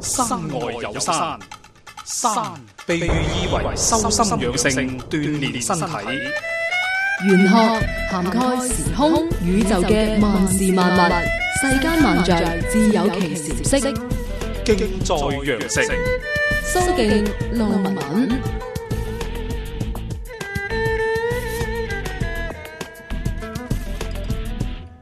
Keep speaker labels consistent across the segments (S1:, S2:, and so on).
S1: 山外有山，山被喻意為修心養性、鍛煉身體。
S2: 玄學涵蓋時空宇宙嘅萬事萬物，世間萬象自有其時色。
S1: 敬在羊城，
S2: 蘇敬路文。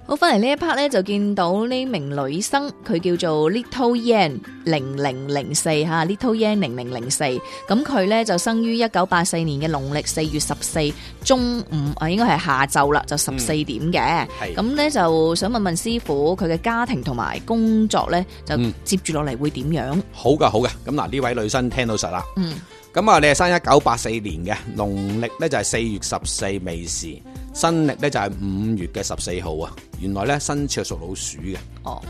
S3: 好，翻嚟呢一 part 咧，就見到呢名女生，佢叫做 Little Yan 零零零四吓，Little Yan 零零零四。咁佢咧就生於一九八四年嘅農曆四月十四中午啊，應該係下晝啦，就十四點嘅。
S4: 嗯係
S3: 咁咧、就想問問師傅，佢嘅家庭同埋工作咧，就
S4: 嗯
S3: 接住落嚟會點樣？
S4: 好噶，好噶。咁嗱，呢位女生聽到實啦。
S3: 嗯，
S4: 咁啊，你係生一九八四年嘅，農曆咧就係四月十四未時，新曆咧就係五月嘅十四號啊。原來咧生肖屬老鼠嘅，
S3: 哦，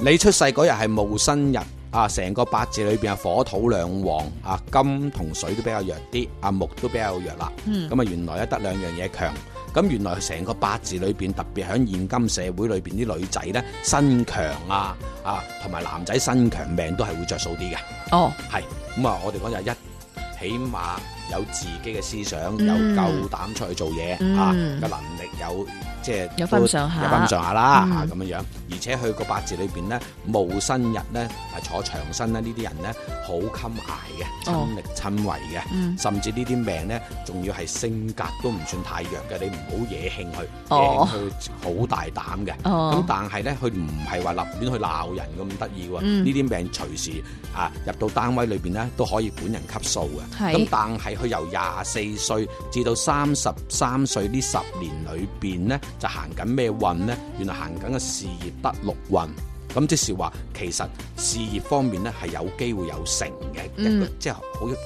S4: 你出世嗰日係戊申日啊，成個八字裏邊啊火土兩旺啊，金同水都比較弱啲，啊木都比較弱啦。
S3: 嗯
S4: 咁啊，原來咧得兩樣嘢強。咁原來成個八字裏邊，特別喺現今社會裏邊啲女仔咧，身強啊啊，同埋男仔身強命都係會着數啲嘅。
S3: 哦，
S4: 係咁啊！我哋講就係一，起碼有自己嘅思想，
S3: 嗯
S4: 有夠膽出去做嘢、
S3: 嗯
S4: 啊，個能力有即係
S3: 有翻咁上下
S4: 有翻咁上下啦
S3: 嗯
S4: 嚇咁樣樣。而且佢個八字裏邊咧，戊申日咧係坐長身咧，呢啲人咧好襟挨嘅，
S3: 哦
S4: 親力親為嘅。
S3: 嗯，
S4: 甚至呢啲命呢，仲要係性格都唔算太弱嘅，你唔好惹興佢，
S3: 哦
S4: 惹興佢好大膽嘅。咁、
S3: 哦，
S4: 但係咧，佢唔係話立亂去鬧人咁得意喎。
S3: 嗯
S4: 呢啲、病隨時啊入到單位裏邊咧，都可以本人級數嘅。
S3: 係
S4: 咁但係佢由廿四歲至到三十三歲呢十年裏邊咧，就行緊咩運咧？原來行緊嘅事業得六運。咁即是話，其實事業方面咧係有機會有成嘅，一個
S3: 嗯
S4: 即係好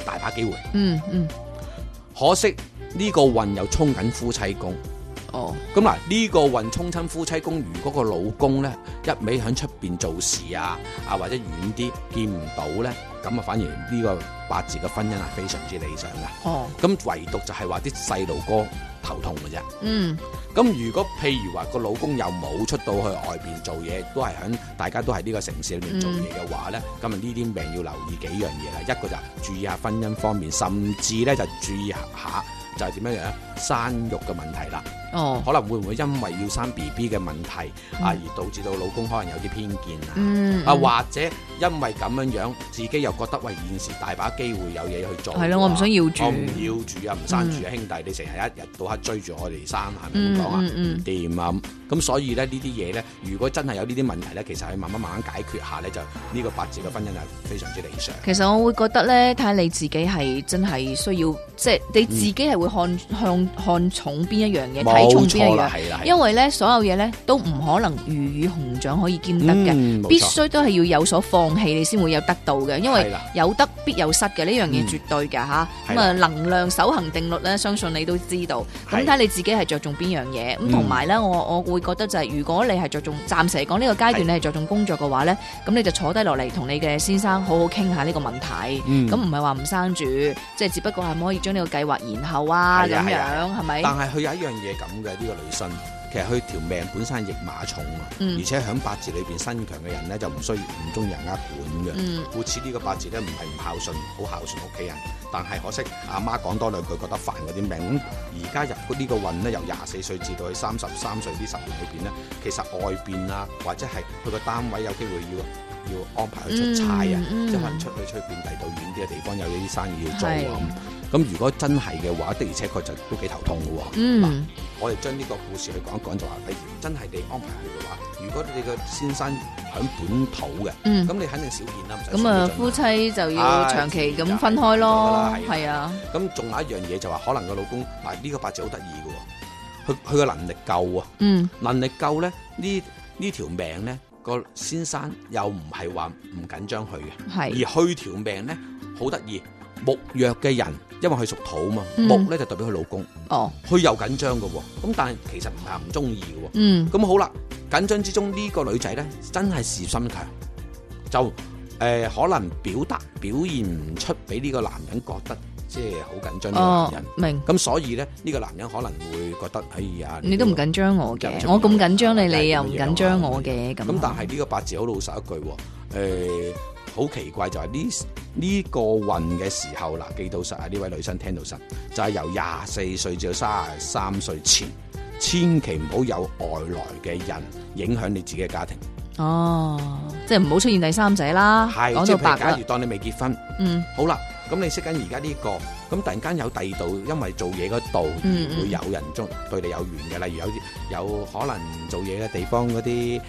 S4: 大把機會。
S3: 嗯嗯，
S4: 可惜呢、個運又衝緊夫妻宮。
S3: 哦，
S4: 咁嗱，呢個運沖親夫妻宮，如果個老公呢一味喺出邊做事啊，啊或者遠啲見唔到呢，咁啊反而呢個八字嘅婚姻係非常之理想嘅。
S3: 哦，
S4: 咁唯獨就係話啲細路哥頭痛嘅啫。
S3: 嗯，
S4: 咁如果譬如話個老公又冇出到去外邊做嘢，都係喺大家都喺呢個城市裏面做嘢嘅話呢，咁啊呢啲病要留意幾樣嘢啦。一個就係注意下婚姻方面，甚至呢就注意下就係點樣樣呢生育嘅問題啦。
S3: 哦，
S4: 可能會唔會因為要生 B B 嘅問題
S3: 嗯
S4: 啊，而導致到老公可能有啲偏見啊，
S3: 嗯，
S4: 啊
S3: 嗯
S4: 或者因為咁樣樣，自己又覺得喂現時大把機會有嘢去做喎，
S3: 係咯我唔想要住
S4: 我唔要住啊，唔生住啊，兄弟，你成日一日到黑追住我哋生，係咪咁
S3: 嗯
S4: 講啊？
S3: 嗯嗯，
S4: 掂啊！咁咁所以咧呢啲嘢咧，如果真係有呢啲問題咧，其實係慢慢慢慢解決下咧，就呢個八字嘅婚姻係非常之理想。
S3: 其實我會覺得咧，睇下你自己係真係需要，即係你自己係會看向看重邊一樣嘢，睇
S4: 嗯
S3: 重啊
S4: 冇
S3: 邊
S4: 錯
S3: 一
S4: 啦
S3: 樣，，
S4: 係啦，係啦
S3: 因為咧所有嘢咧都唔可能魚與熊掌可以兼得嘅，
S4: 嗯冇
S3: 必
S4: 錯
S3: 須都係要有所放棄，你先會有得到嘅，因為
S4: 係啦
S3: 有得必有失嘅呢樣嘢
S4: 嗯
S3: 絕對嘅吓。
S4: 係
S3: 咁啊，能量守恒定律咧，相信你都知道。咁
S4: 係
S3: 睇你自己係着重邊樣嘢，咁
S4: 嗯
S3: 同埋咧，我我會覺得就係如果你係着重，暫時嚟講呢個階段
S4: 係
S3: 你係着重工作嘅話咧，咁你就坐低落嚟同你嘅先生好好傾下呢個問題。
S4: 嗯
S3: 咁唔係話唔生住，即係只不過係唔可以將呢個計劃延後啊咁
S4: 係啊係
S3: 樣，
S4: 啊
S3: 係咪？
S4: 但係佢有一樣嘢咁嘅呢個女生，其實佢條命本身係逆馬重啊，
S3: 嗯
S4: 而且喺八字裏邊身強嘅人咧就唔需要唔中意人家管嘅。
S3: 嗯
S4: 故此呢個八字咧唔係唔孝順，好孝順屋企人，但係可惜阿媽講多兩句覺得煩嗰啲命。咁而家入呢個運咧，由廿四歲至到去三十三歲呢十年裏邊咧，其實外邊啊或者係佢個單位有機會要要安排佢出差啊，
S3: 嗯嗯
S4: 即係可能出去出去邊第度遠啲嘅地方有啲生意要做
S3: 係
S4: 啊咁。咁如果真係嘅話，的而且確就都幾頭痛嘅喎。
S3: 嗯
S4: 我哋將呢個故事去講一講，就話你真係你安排佢嘅話，如果你個先生響本土嘅，咁、
S3: 嗯，
S4: 你肯定少見啦，唔使
S3: 咁啊
S4: 少見
S3: 夫妻就要
S4: 唉
S3: 長期
S4: 自然
S3: 咁
S4: 㗎
S3: 分開咯，
S4: 係啦
S3: 係啊，
S4: 咁仲有一樣嘢就話，可能個老公嗱呢個八字好得意嘅喎，佢佢個能力夠啊，
S3: 嗯
S4: 能力夠咧呢呢條命咧個先生又唔係話唔緊張佢嘅，而
S3: 啊係，
S4: 佢條命咧好得意，木弱嘅人因為佢屬土嘛，
S3: 嗯
S4: 木咧就代表佢老公，
S3: 哦，
S4: 佢又緊張嘅喎，咁但係其實唔係唔中意嘅喎。
S3: 嗯
S4: 咁好啦，緊張之中呢、個女仔呢，真係事業心強，就誒、呃可能表達表現唔出俾呢個男人覺得即係好緊張呢
S3: 哦
S4: 個男人，
S3: 明，
S4: 咁、所以呢，呢、個男人可能會覺得哎呀，
S3: 你都唔
S4: 呢個
S3: 緊張我嘅
S4: 緊，張啊
S3: 我咁緊張你，
S4: 我
S3: 你又唔緊張我嘅咁啊
S4: 咁，但係呢個八字好老實一句喎，誒、呃好奇怪就係呢呢個運嘅時候嗱，記到實啊！呢位女生聽到實，就係、由廿四歲至到三十三歲前，千祈唔好有外來嘅人影響你自己嘅家庭。
S3: 哦，即系唔好出現第三者啦。
S4: 係，
S3: 講
S4: 即
S3: 到
S4: 係譬
S3: 白
S4: 如假
S3: 啦
S4: 如，當你未結婚，
S3: 嗯
S4: 好啦，咁你識緊而家呢個，咁突然間有第二度，因為做嘢嗰度
S3: 嗯
S4: 而會有人中對你有緣嘅，例如有啲有可能做嘢嘅地方嗰啲誒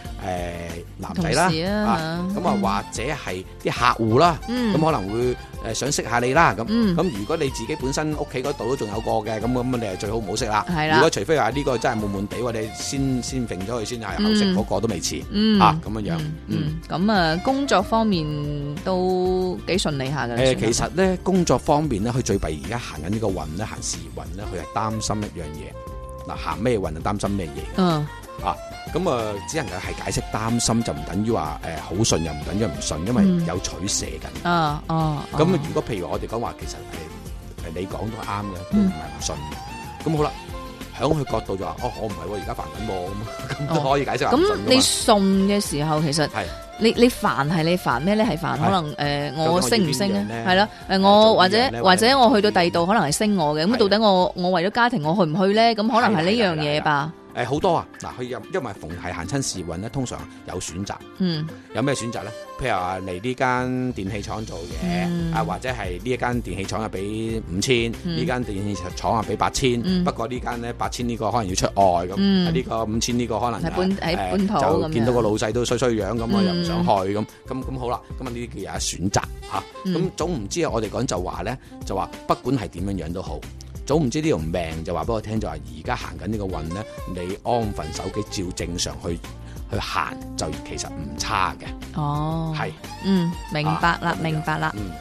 S4: 男仔啦
S3: 同事，啊嚇
S4: 咁啊或者係啲客戶啦，
S3: 嗯
S4: 咁啊可能會誒想識下你啦，咁
S3: 嗯
S4: 咁如果你自己本身屋企嗰度都仲有個嘅，咁咁你係最好唔好識啦。
S3: 係啦
S4: 如果除非話呢個真係悶悶地，我哋先先揈咗佢先係後識
S3: 嗯
S4: 嗰個都未遲
S3: 嗯
S4: 啊咁樣樣，嗯
S3: 嗯，咁啊，工作方面都幾順利下嘅。
S4: 誒，
S3: 算係
S4: 其實咧工作方面咧，佢最弊而家行緊呢個運咧，行事業運咧，佢係擔心一樣嘢。嗱，行咩運就啊擔心咩嘢。
S3: 嗯
S4: 咁啊、呃只能夠係解釋擔心，就唔等於話誒好順又唔等於唔順，因為
S3: 嗯
S4: 有取捨緊。
S3: 啊哦，
S4: 咁、
S3: 哦
S4: 如果譬如我哋講話，其實誒誒、呃你講都啱嘅，都
S3: 嗯
S4: 唔係唔順嘅。咁、好啦，響佢角度就話：哦，我唔係喎，而家煩緊喎，咁 咁都
S3: 哦
S4: 可以解釋話唔
S3: 咁
S4: 順㗎
S3: 你
S4: 嘛。
S3: 信嘅時候，其實
S4: 係
S3: 你你煩係你煩咩咧？係煩
S4: 係
S3: 可能誒
S4: 究竟我
S3: 我升唔升
S4: 要邊樣
S3: 咧？
S4: 呢
S3: 係啦，誒
S4: 誒
S3: 我
S4: 做
S3: 或
S4: 邊樣呢
S3: 者或者
S4: 或者
S3: 我去到第二度可能係升我嘅，咁
S4: 係啊
S3: 到底我我為咗家庭我去唔去咧？咁可能
S4: 係
S3: 係呢
S4: 啦
S3: 樣
S4: 係啦
S3: 嘢吧。
S4: 誒好多啊！嗱，佢因因為逢係行親事業運咧，通常有選擇。
S3: 嗯
S4: 有咩選擇呢？譬如話嚟呢間電器廠做嘢，
S3: 嗯
S4: 啊或者係呢一間電器廠啊俾五千，
S3: 嗯
S4: 呢間電器廠啊俾八千
S3: 嗯，
S4: 不過呢間呢，八千呢個可能要出外咁，
S3: 嗯
S4: 啊呢個五千呢個可能
S3: 喺本
S4: 啊
S3: 喺
S4: 誒
S3: 本土咁
S4: 就
S3: 樣
S4: 見到個老細都衰衰樣咁啊，
S3: 嗯
S4: 又唔想去咁，咁咁好啦，咁啊呢啲叫有得選擇嚇。咁、
S3: 嗯
S4: 總唔知啊，我哋講就話呢，就話不管係點樣樣都好。總唔知呢條命就話俾我聽，就話而家行緊呢個運呢，你安分守己，照正常去去行，就其實唔差嘅。
S3: 哦，
S4: 係，
S3: 嗯，明白啦
S4: 啊，
S3: 明白啦。
S4: 嗯，